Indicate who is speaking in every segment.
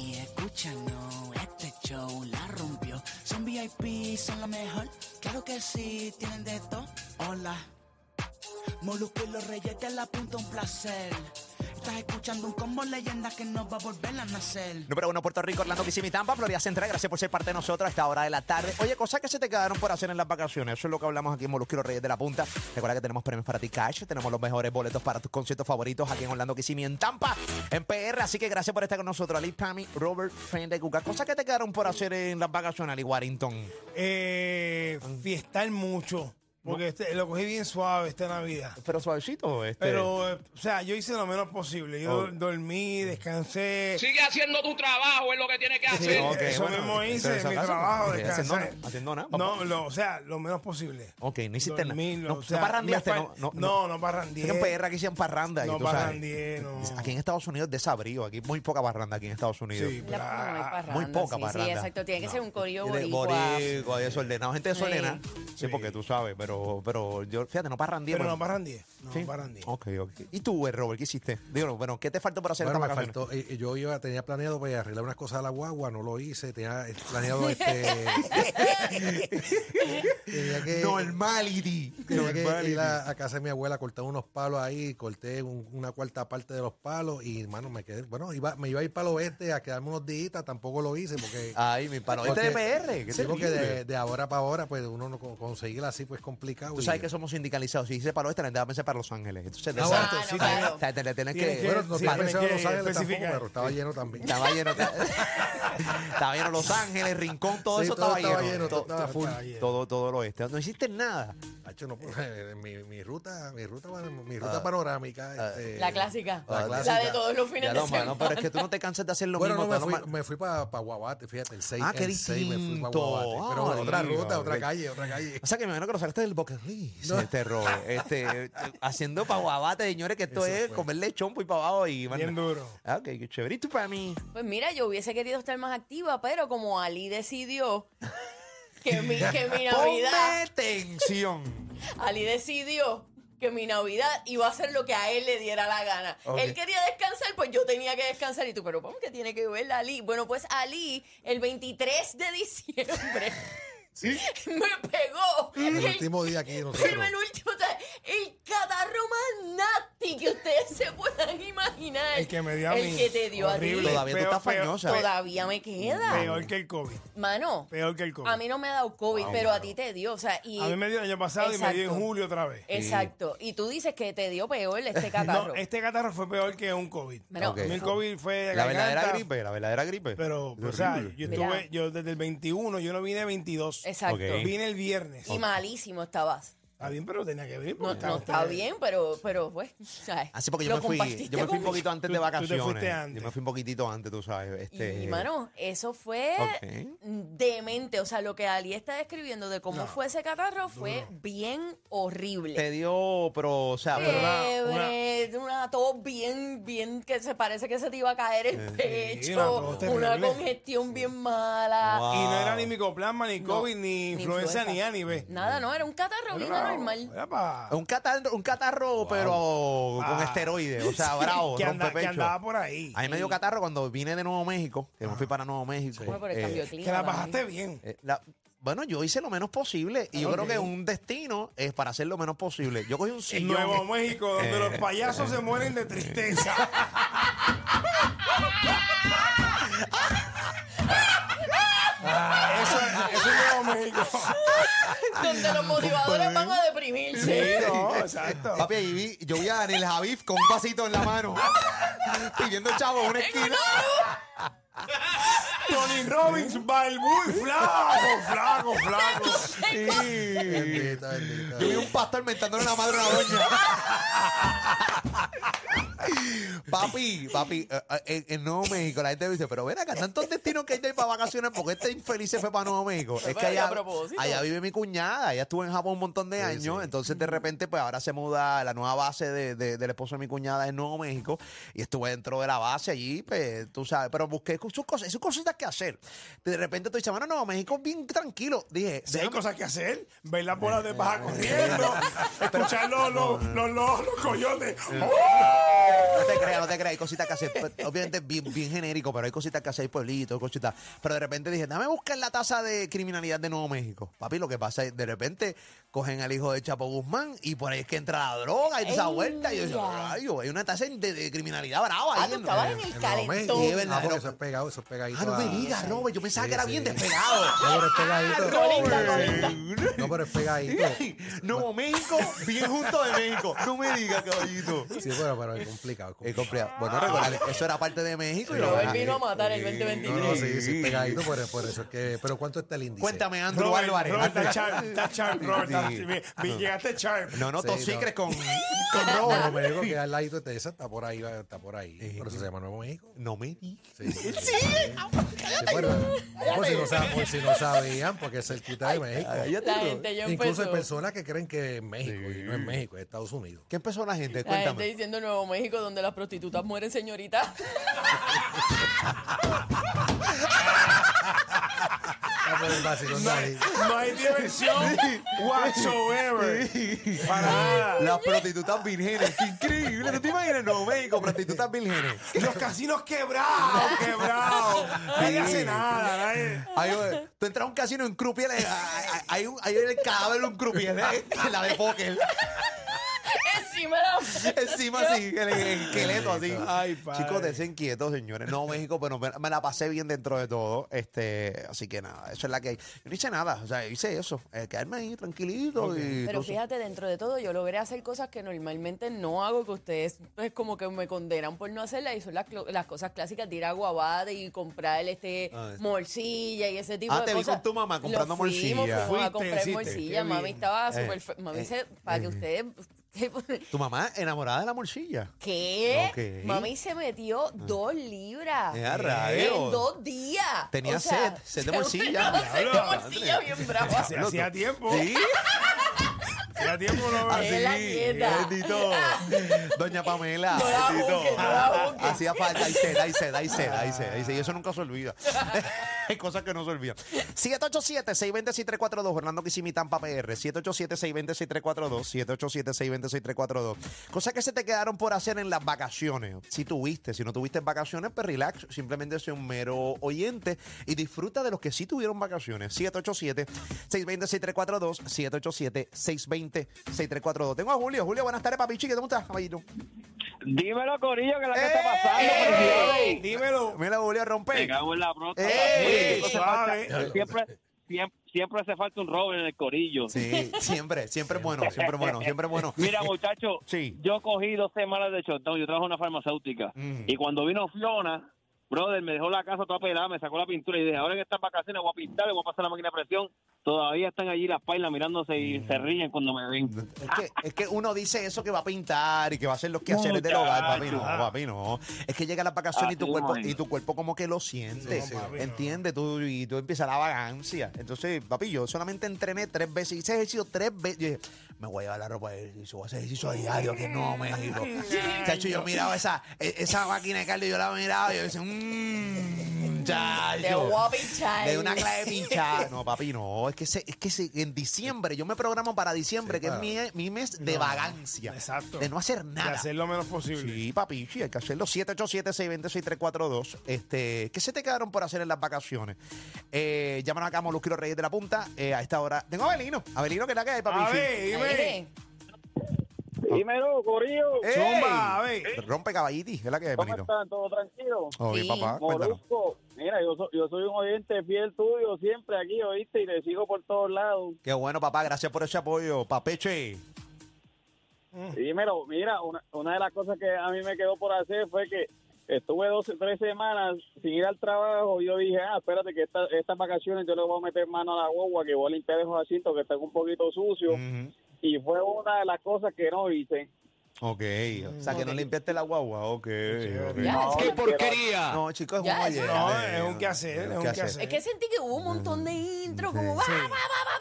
Speaker 1: este VIP son la mejor, claro que sí, tienen de todo. Hola, Molusco y los Reyes de la Punta, un placer. Estás escuchando un combo leyenda que no va a volver a nacer.
Speaker 2: Número uno, Puerto Rico, Orlando, Kissimmee, Tampa, Florida Central. Gracias por ser parte de nosotros a esta hora de la tarde. Oye, cosas que se te quedaron por hacer en las vacaciones. Eso es lo que hablamos aquí en Molusco y los Reyes de la Punta. Recuerda que tenemos premios para ti, Cash. Tenemos los mejores boletos para tus conciertos favoritos aquí en Orlando, Kissimmee, en Tampa, en PR. Así que gracias por estar con nosotros. Ali, Pami, Robert, Fende, Cuca. Cosas que te quedaron por hacer en las vacaciones, Ali Warrington.
Speaker 3: Eh, fiestar mucho. Porque este- lo cogí bien suave esta Navidad.
Speaker 2: Pero suavecito, este.
Speaker 3: Pero, eh, o sea, yo hice lo menos posible. Yo
Speaker 2: Oh.
Speaker 3: dormí, descansé.
Speaker 4: Sigue haciendo tu trabajo, es lo que tienes que hacer.
Speaker 3: Sí,
Speaker 2: ok,
Speaker 3: eso
Speaker 2: bueno,
Speaker 3: mismo hice,
Speaker 2: entonces,
Speaker 3: mi
Speaker 2: ¿acaso?
Speaker 3: trabajo,
Speaker 2: Ok, haciendo
Speaker 3: descansé.
Speaker 2: nada, haciendo nada,
Speaker 3: No,
Speaker 2: papá.
Speaker 3: lo- o sea, lo menos posible.
Speaker 2: Ok, no hiciste nada.
Speaker 3: Dormí,
Speaker 2: No,
Speaker 3: lo- o
Speaker 2: no
Speaker 3: sea,
Speaker 2: parrandeaste,
Speaker 3: me
Speaker 2: no,
Speaker 3: fal-
Speaker 2: no,
Speaker 3: no, no parrandeé.
Speaker 2: Es que en PR aquí hacían parranda. y
Speaker 3: No
Speaker 2: tú sabes,
Speaker 3: parrandeé, no.
Speaker 2: Aquí en Estados Unidos desabrío. Aquí muy poca parranda aquí en Estados Unidos.
Speaker 3: Sí,
Speaker 5: La-
Speaker 3: pero,
Speaker 5: no, hay
Speaker 3: ah,
Speaker 5: parranda,
Speaker 2: muy poca
Speaker 5: sí,
Speaker 2: parranda.
Speaker 5: Sí, exacto. Tiene que ser un corillo
Speaker 2: Y de
Speaker 5: boricua.
Speaker 2: boricua, desordenado. Gente desordenada. Sí.
Speaker 3: Sí.
Speaker 2: porque tú sabes, pero, pero yo, fíjate, no parrandeé.
Speaker 3: pero
Speaker 2: pero-
Speaker 3: no parrandeé. No
Speaker 2: Sí.
Speaker 3: parrandeé.
Speaker 2: Ok, ok. ¿Y tú, eh, Robert, qué hiciste? Digo, bueno, ¿qué te faltó por hacer
Speaker 6: Bueno,
Speaker 2: esta
Speaker 6: me
Speaker 2: vacación?
Speaker 6: faltó, eh, yo iba, tenía planeado para arreglar unas cosas a la guagua, no lo hice, tenía planeado este... tenía que,
Speaker 2: Normality.
Speaker 6: tenía que
Speaker 2: Normality.
Speaker 6: ir a, a casa de mi abuela, cortar unos palos ahí, corté un- una cuarta parte de los palos y, mano, me quedé, bueno, iba, me iba a ir para el oeste a quedarme unos días, tampoco lo hice porque...
Speaker 2: Ay, mi palo. Este de PR. qué
Speaker 6: Sí, porque
Speaker 2: terrible.
Speaker 6: de, de ahora para ahora, pues uno no co- conseguirla así, pues complicado.
Speaker 2: Tú
Speaker 6: y-
Speaker 2: sabes que somos sindicalizados. Si dice palo este, la gente va a pensar para Los Ángeles. Entonces,
Speaker 6: Ah,
Speaker 2: exacto,
Speaker 5: bueno,
Speaker 2: sí,
Speaker 5: claro.
Speaker 2: o sea, te le tienes
Speaker 3: Tienes
Speaker 2: que.
Speaker 3: que-
Speaker 6: eh, Bueno, no
Speaker 3: Sí,
Speaker 6: te había
Speaker 3: pero
Speaker 6: pensado
Speaker 3: hay
Speaker 6: en Los
Speaker 3: que
Speaker 6: Ángeles tampoco,
Speaker 3: especificar.
Speaker 6: pero estaba lleno también.
Speaker 2: Estaba lleno. estaba lleno Los Ángeles, Rincón, todo
Speaker 6: Sí,
Speaker 2: eso
Speaker 6: todo
Speaker 2: estaba,
Speaker 6: estaba
Speaker 2: lleno.
Speaker 6: lleno,
Speaker 2: todo,
Speaker 6: todo
Speaker 2: todo-
Speaker 6: estaba full.
Speaker 2: todo, todo lo este. No hiciste nada.
Speaker 6: Hacho, no, eh, mi, mi ruta, mi ruta, pan- mi ruta panorámica. este,
Speaker 5: La clásica.
Speaker 6: La
Speaker 2: Ah,
Speaker 6: clásica.
Speaker 5: La de todos los fines
Speaker 2: Ya,
Speaker 5: de
Speaker 2: no,
Speaker 5: semana.
Speaker 2: mano, pero es que tú no te cansas de hacer lo
Speaker 6: bueno,
Speaker 2: mismo.
Speaker 6: no, me
Speaker 2: todo,
Speaker 6: fui,
Speaker 2: mano.
Speaker 6: me fui para Guabate, fíjate, el 6.
Speaker 2: Ah, qué
Speaker 6: el 6 me fui para
Speaker 2: distinto.
Speaker 6: Guabate. pero
Speaker 2: Ah,
Speaker 6: otra
Speaker 2: diga,
Speaker 6: ruta, otra
Speaker 2: hombre.
Speaker 6: calle, otra calle.
Speaker 2: O sea que me imagino que lo sacaste del bucket list, este Robert. Este, haciendo paguabate, señores, que esto
Speaker 6: Eso
Speaker 2: es
Speaker 6: fue.
Speaker 2: comer lechón por para abajo y
Speaker 3: Bien duro.
Speaker 2: Ah, ok, qué chévere. ¿Y tú para mí?
Speaker 5: Pues mira, yo hubiese querido estar más activa, pero como Ali decidió que mi, que mi Navidad.
Speaker 2: Ponme tensión.
Speaker 5: Ali decidió que mi Navidad iba a ser lo que a él le diera la gana.
Speaker 2: Ok.
Speaker 5: Él quería descansar, pues yo tenía que descansar. Y tú, pero ¿cómo que tiene que ver Ali? Bueno, pues Ali, el 23 de diciembre, me pegó
Speaker 6: El último día aquí nosotros.
Speaker 5: Pero el último, o sea, el catarro más nati que ustedes se puedan imaginar.
Speaker 3: El que me dio a
Speaker 5: El
Speaker 3: mí.
Speaker 5: que te dio
Speaker 3: Horrible.
Speaker 5: a
Speaker 2: Todavía
Speaker 5: ti.
Speaker 2: tú
Speaker 3: Peor,
Speaker 2: estás
Speaker 3: peor,
Speaker 2: fañosa.
Speaker 5: Todavía me queda.
Speaker 3: Peor que el COVID.
Speaker 5: Mano,
Speaker 3: Peor que el COVID.
Speaker 5: a mí no me ha dado COVID, pero a ti te dio. O sea, y.
Speaker 3: A mí me dio el año pasado y me dio en
Speaker 5: Exacto.
Speaker 3: julio otra vez.
Speaker 5: Exacto. Y tú dices que te dio peor este catarro.
Speaker 3: No, este catarro fue peor que un COVID.
Speaker 5: Mano,
Speaker 2: Ok.
Speaker 3: A mí el COVID fue de
Speaker 2: La verdadera
Speaker 3: garganta,
Speaker 2: gripe, la verdadera gripe.
Speaker 3: Pero, o sea, yo
Speaker 5: Mira.
Speaker 3: estuve, yo desde el 21, yo no vine 22.
Speaker 5: Exacto.
Speaker 2: Ok.
Speaker 3: Vine el viernes.
Speaker 5: Y malísimo estabas.
Speaker 3: Está bien, pero tenía que venir.
Speaker 5: No,
Speaker 3: porque
Speaker 5: no
Speaker 3: estaba-
Speaker 5: está bien, pero, pero pues, ¿sabes?
Speaker 2: Así Ah, porque yo
Speaker 5: Lo
Speaker 2: me fui,
Speaker 5: compartiste
Speaker 2: yo me fui un
Speaker 5: con-
Speaker 2: poquito antes
Speaker 3: Tú-
Speaker 2: de
Speaker 3: tú te
Speaker 2: vacaciones.
Speaker 3: fuiste antes.
Speaker 2: Yo me fui un poquitito antes, tú sabes. Este,
Speaker 5: Y, mano, eso fue
Speaker 2: Ok.
Speaker 5: demente. O sea, lo que Ali está describiendo de cómo fue ese catarro fue bien horrible.
Speaker 2: te dio, pero, o sea, pero la-
Speaker 5: Fiebre, una, tos bien, bien, que se parece que se te iba a caer el
Speaker 3: sí, una
Speaker 5: pecho,
Speaker 3: tos terrible.
Speaker 5: una congestión bien mala.
Speaker 2: Wow.
Speaker 3: Y no era ni micoplasma, ni COVID, ni influenza, ni ánive.
Speaker 5: Nada, no, era un catarro bien anormal.
Speaker 3: Era pa-
Speaker 2: un catarro, un catarro pero con
Speaker 3: Ah.
Speaker 2: esteroides, o sea, bravo,
Speaker 3: que, anda-
Speaker 2: rompepecho.
Speaker 3: que andaba por ahí.
Speaker 2: A mí me dio catarro cuando vine de Nuevo México, que me fui para Nuevo México.
Speaker 5: Bueno, por el
Speaker 2: Eh,
Speaker 5: cambio de clima.
Speaker 3: Que la
Speaker 5: también.
Speaker 3: bajaste bien.
Speaker 2: eh, la- bueno, yo hice lo menos posible
Speaker 5: Ah,
Speaker 2: y yo creo que un destino es para hacer lo menos posible. Yo cogí un
Speaker 3: En
Speaker 2: sillón.
Speaker 3: Nuevo México, donde
Speaker 2: Eh.
Speaker 3: los payasos se mueren de tristeza. Ah, eso, es- eso es Nuevo México.
Speaker 5: Donde los motivadores van a deprimirse.
Speaker 3: Sí, no, exacto.
Speaker 2: Papi, ahí vi- yo vi a Daniel Javif con un vasito en la mano, pidiendo chavo en una esquina.
Speaker 3: Tony Robbins, balbu, flaco, flaco, flaco. Sí.
Speaker 6: Bendito, bendito.
Speaker 2: Yo vi un pastor mentándole la madre a una doña. Papi, papi, eh, eh, en, Nuevo México la gente me dice, pero ven acá, tantos destinos que hay de ir para vacaciones, porque este infeliz se fue para Nuevo México? Es que
Speaker 5: Pero, ¿y a
Speaker 2: allá,
Speaker 5: propósito?
Speaker 2: allá vive mi cuñada, ella estuvo en Japón un montón de años, entonces de repente pues ahora se muda a la nueva base de- de- del esposo de mi cuñada en Nuevo México y estuve dentro de la base allí, pues tú sabes, pero busqué sus cosas, sus cositas que hacer. De repente tú dices, bueno, Nuevo México es bien tranquilo. Dije,
Speaker 3: Si hay cosas que hacer, ver las
Speaker 2: Eh.
Speaker 3: bolas de paja corriendo, escuchar los, los, los, los- los coyotes. ¡Oh!
Speaker 2: No te creas, no te creas. Hay cositas que hacer. pues, Obviamente es bien, bien genérico, pero hay cositas que hacer, hay pueblitos, cositas. Pero de repente dije, dame buscar la tasa de criminalidad de Nuevo México. Papi, lo que pasa es, de repente cogen al hijo de Chapo Guzmán y por ahí es que entra la droga y toda esa
Speaker 5: Ey,
Speaker 2: vuelta. Y yo, digo,
Speaker 5: ya.
Speaker 2: rayo, hay una tasa de, de criminalidad brava.
Speaker 5: Ah,
Speaker 2: ahí
Speaker 5: tú
Speaker 2: en-
Speaker 5: estabas en el
Speaker 6: En Nuevo México.
Speaker 5: calentón.
Speaker 2: Sí, es verdad.
Speaker 6: Ah,
Speaker 2: pero-
Speaker 6: porque eso es pegado, eso es pegadito.
Speaker 2: Ah, no me
Speaker 6: a-
Speaker 2: digas, Robert. Yo pensaba
Speaker 6: Sí,
Speaker 2: que era
Speaker 6: sí.
Speaker 2: bien despegado.
Speaker 6: No, pero es
Speaker 5: Ah,
Speaker 6: pegadito.
Speaker 5: Rolita,
Speaker 6: No, pero es pegadito.
Speaker 2: Nuevo México, bien junto de México. No me digas, caballito.
Speaker 6: Sí, bueno, pero es complicado. es
Speaker 2: Es
Speaker 6: complicado.
Speaker 2: complicado. Bueno, recordar, eso era parte de México. y lo van
Speaker 5: Ah. Robert
Speaker 2: a-
Speaker 5: vino a matar el
Speaker 6: No, no,
Speaker 5: 2023.
Speaker 6: sí, sí, pegadito, por, por eso es que. Pero ¿cuánto está el índice?
Speaker 2: Cuéntame, Andrew
Speaker 3: Robert,
Speaker 2: Álvarez.
Speaker 3: Robert, está
Speaker 2: Andrew-
Speaker 3: sharp, está sharp, Robert. está- bien, bien, Llegaste sharp.
Speaker 2: No, no,
Speaker 6: Sí,
Speaker 2: todos
Speaker 6: no.
Speaker 2: secrets con, con
Speaker 6: No,
Speaker 2: Robert.
Speaker 6: Oh, Nuevo México que al ladito de esa está por ahí, está por ahí. Por eso se llama Nuevo México.
Speaker 2: No me digas.
Speaker 6: Sí, sí, Ah, bueno, pues, por si no sa- por si no sabían, porque es cerquita de México.
Speaker 5: La gente ya
Speaker 6: Incluso hay
Speaker 5: empezó.
Speaker 6: personas que creen que es México y no es México, es Estados Unidos.
Speaker 2: ¿Qué empezó la gente?
Speaker 5: La gente
Speaker 2: Cuéntame.
Speaker 5: diciendo Nuevo México, donde las prostitutas mueren, señorita.
Speaker 6: Ah, por el vacilón de ahí.
Speaker 3: No hay diversión whatsoever. Para nada.
Speaker 2: Las prostitutas vírgenes. ¡Qué increíble! ¿No te imaginas Nuevo México, prostitutas vírgenes?
Speaker 3: Los casinos quebrados, quebrados. Nadie hace nada. Nadie.
Speaker 2: Ahí, eh, tú entras a un casino en croupier, eh, hay, hay, un- hay el cadáver de un croupier, eh, la de póker.
Speaker 5: Encima la
Speaker 2: Encima sí, el, el esqueleto así.
Speaker 3: Ay, padre.
Speaker 2: Chicos, desen quietos, señores. No, México, pero me, me la pasé bien dentro de todo. Este, así que nada, eso es la que hay. Yo no hice nada, o sea, hice eso. eh, quedarme ahí tranquilito y
Speaker 5: Pero
Speaker 2: todo eso.
Speaker 5: fíjate, dentro de todo, yo logré hacer cosas que normalmente no hago, que ustedes pues como que me condenan por no hacerlas, y son las, clo- las cosas clásicas de ir a Guabate y comprar el, este
Speaker 2: Ah, es-
Speaker 5: morcilla y ese tipo
Speaker 2: Ah,
Speaker 5: de
Speaker 2: te vi
Speaker 5: cosas.
Speaker 2: con tu mamá
Speaker 5: Lo
Speaker 2: comprando
Speaker 5: fuimos,
Speaker 2: morcilla.
Speaker 5: fuimos
Speaker 3: Fuiste,
Speaker 5: a comprar
Speaker 3: hiciste,
Speaker 5: morcilla,
Speaker 3: qué
Speaker 5: mami
Speaker 3: bien.
Speaker 5: estaba
Speaker 2: Eh,
Speaker 5: súper... fe- mami
Speaker 2: eh,
Speaker 5: se... Para que ustedes...
Speaker 2: Tu mamá enamorada de la morcilla.
Speaker 5: ¿Qué?
Speaker 2: Ok.
Speaker 5: Mami se metió dos libras.
Speaker 2: Eh, a rayos.
Speaker 5: En dos días.
Speaker 2: Tenía sed, sed de morcilla.
Speaker 5: No, sed de
Speaker 3: Diablo,
Speaker 5: morcilla bien brava.
Speaker 3: Hacía- Hacía tiempo.
Speaker 2: Sí.
Speaker 3: Hacía tiempo no
Speaker 5: Así.
Speaker 3: veía.
Speaker 5: la dieta.
Speaker 2: Bendito. Doña Pamela.
Speaker 5: No la
Speaker 2: bendito.
Speaker 5: busques, no la busques.
Speaker 2: Hacía falta. Ahí se, ahí se, ahí se, ahí se, ahí se. Y eso nunca se olvida. Hay cosas que no se olvidan. 787-620-6342. Orlando Kissimi Tampa PR. 787-620-6342. 787-620-6342. Cosas que se te quedaron por hacer en las vacaciones. Si tuviste, si no tuviste vacaciones, pues relax. Simplemente sé un mero oyente y disfruta de los que sí tuvieron vacaciones. 787-620-6342. 787-620-6342. Tengo a Julio. Julio, buenas tardes, papi chiqui. ¿Cómo estás, caballito?
Speaker 7: Dímelo, Corillo, que es la que
Speaker 2: ¡Ey!
Speaker 7: está pasando.
Speaker 3: ¡Eh!
Speaker 7: felicidades.
Speaker 3: Dímelo.
Speaker 2: Mira, Julio,
Speaker 7: Me
Speaker 2: rompe.
Speaker 7: cago en la brota.
Speaker 2: ¡Ey!
Speaker 7: Siempre hace
Speaker 3: Suave.
Speaker 7: falta- Siempre, siempre, siempre hace falta un Robert en el Corillo.
Speaker 2: Sí, siempre, siempre es bueno, siempre es bueno, siempre es bueno.
Speaker 7: Mira, muchacho,
Speaker 2: Sí.
Speaker 7: yo cogí dos semanas de shutdown. Yo trabajo en una farmacéutica. Y cuando vino Fiona, brother, me dejó la casa toda pelada, me sacó la pintura y dije, ahora en estas vacaciones voy a pintar, le voy a pasar la máquina de presión. Todavía están allí las pailas mirándose y se ríen cuando me ven.
Speaker 2: Es que, es que uno dice eso que va a pintar y que va a hacer los quehaceres del hogar, papi no, papi no. Es que llega las vacaciones y tu
Speaker 7: Así
Speaker 2: cuerpo,
Speaker 7: mismo.
Speaker 2: y tu cuerpo como que lo siente,
Speaker 6: Sí, sí.
Speaker 2: entiende, tú, y tú empiezas la vagancia. Entonces, papi, yo solamente entrené tres veces, hice ejercicio tres veces. Yo dije, me voy a llevar la ropa de ejercicio, voy a hacer ejercicio a diario, que no, México. Chacho, yo miraba esa, e- esa máquina de cardio, yo la miraba y yo decía, mmm,
Speaker 5: Te
Speaker 2: chacho.
Speaker 5: voy a pinchar.
Speaker 2: De una clave pinchada. No, papi, no. Es que, se- es que se- en diciembre, yo me programo para diciembre,
Speaker 6: Sí,
Speaker 2: que
Speaker 6: claro.
Speaker 2: es mi, mi mes de vagancia.
Speaker 3: Exacto.
Speaker 2: De no hacer
Speaker 3: De
Speaker 2: nada.
Speaker 3: hacer lo menos posible.
Speaker 2: Sí, papi, sí, hay que hacerlo. 787-620-6342. Este, ¿Qué se te quedaron por hacer en las vacaciones? Eh, llámanos acá a Molusquero Reyes de la Punta. eh, a esta hora. Tengo a Abelino. Abelino, ¿qué es la que hay, papi?
Speaker 3: A ver, dime.
Speaker 5: Mire,
Speaker 7: Dímelo, Corillo.
Speaker 2: ¡Ey!
Speaker 3: Zumba, a ver.
Speaker 2: Rompe caballiti, ¿qué es la que hay, Abelino?
Speaker 7: ¿Todo tranquilo?
Speaker 2: Oh, bien,
Speaker 5: Sí.
Speaker 2: papá, cuéntanos.
Speaker 7: Molusco, mira, yo, so- yo soy un oyente fiel tuyo siempre aquí, oíste, y te sigo por todos lados.
Speaker 2: Qué bueno, papá, gracias por ese apoyo. Papeche.
Speaker 7: Dímelo, mira, una, una de las cosas que a mí me quedó por hacer fue que estuve dos, tres semanas sin ir al trabajo. y Yo dije, ah, espérate, que esta- estas vacaciones yo le voy a meter mano a la guagua, que voy a limpiar esos asientos que están un poquito sucios.
Speaker 2: Ujú.
Speaker 7: Y fue una de las cosas que no hice.
Speaker 2: Ok, o sea que no limpiaste la guagua, ok. ok.
Speaker 5: Ya,
Speaker 7: No,
Speaker 5: sí.
Speaker 7: ¡Qué porquería!
Speaker 2: No, chicos, es
Speaker 5: Ya,
Speaker 2: un
Speaker 5: eso
Speaker 2: ayer.
Speaker 3: No, es un quehacer, es un quehacer.
Speaker 5: Es que sentí que hubo un montón de
Speaker 2: Mm,
Speaker 5: intro, como va, va, va,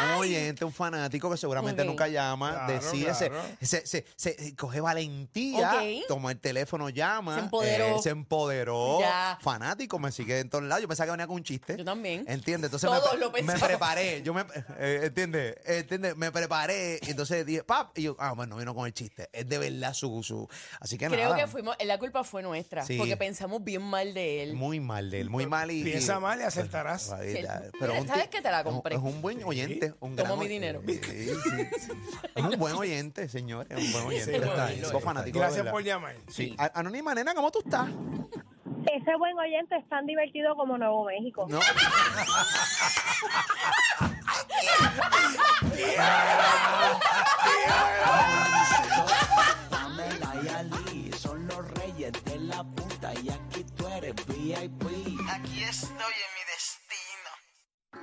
Speaker 5: va, va.
Speaker 2: Un oyente, un fanático que seguramente
Speaker 5: Ok.
Speaker 2: nunca llama,
Speaker 3: Claro,
Speaker 2: decide, se-
Speaker 3: claro.
Speaker 2: Se, se- se- coge valentía,
Speaker 5: Ok.
Speaker 2: toma el teléfono, llama. eh,
Speaker 5: Se empoderó.
Speaker 2: se empoderó.
Speaker 5: Ya.
Speaker 2: Fanático, me sigue en todos lados. Yo pensaba que venía con un chiste.
Speaker 5: Yo también.
Speaker 2: Entiende, entonces
Speaker 5: Todos
Speaker 2: me,
Speaker 5: lo
Speaker 2: me
Speaker 5: pensamos.
Speaker 2: preparé. Yo me, eh, entiende, entiende, me preparé. Entonces dije, pap, y yo, ah, bueno, vino con el chiste. Es de verdad. ¿verdad? Su, su... Así que
Speaker 5: Creo
Speaker 2: nada.
Speaker 5: que fuimos, eh, la culpa fue nuestra,
Speaker 2: Sí.
Speaker 5: porque pensamos bien mal de él.
Speaker 2: Muy mal de él, muy mal y...
Speaker 3: Piensa
Speaker 2: y-
Speaker 3: mal y acertarás.
Speaker 2: Ay,
Speaker 5: Sí,
Speaker 2: la-
Speaker 5: mira,
Speaker 2: un
Speaker 5: ¿sabes
Speaker 2: ti-
Speaker 5: qué? Te la
Speaker 2: es un-
Speaker 5: compré.
Speaker 2: Es un buen oyente, un gran
Speaker 5: Toma mi
Speaker 2: oy-
Speaker 5: dinero.
Speaker 2: Sí, sí. Es un buen oyente, señor, es un buen oyente.
Speaker 5: lo
Speaker 2: Está,
Speaker 5: es, lo
Speaker 2: sos
Speaker 3: Gracias
Speaker 5: es.
Speaker 2: fanático,
Speaker 3: Gracias
Speaker 2: ¿verdad?
Speaker 3: por llamar.
Speaker 2: Sí. A- Anónima, nena, ¿cómo tú estás?
Speaker 8: Ese buen oyente es tan divertido como Nuevo México.
Speaker 2: No.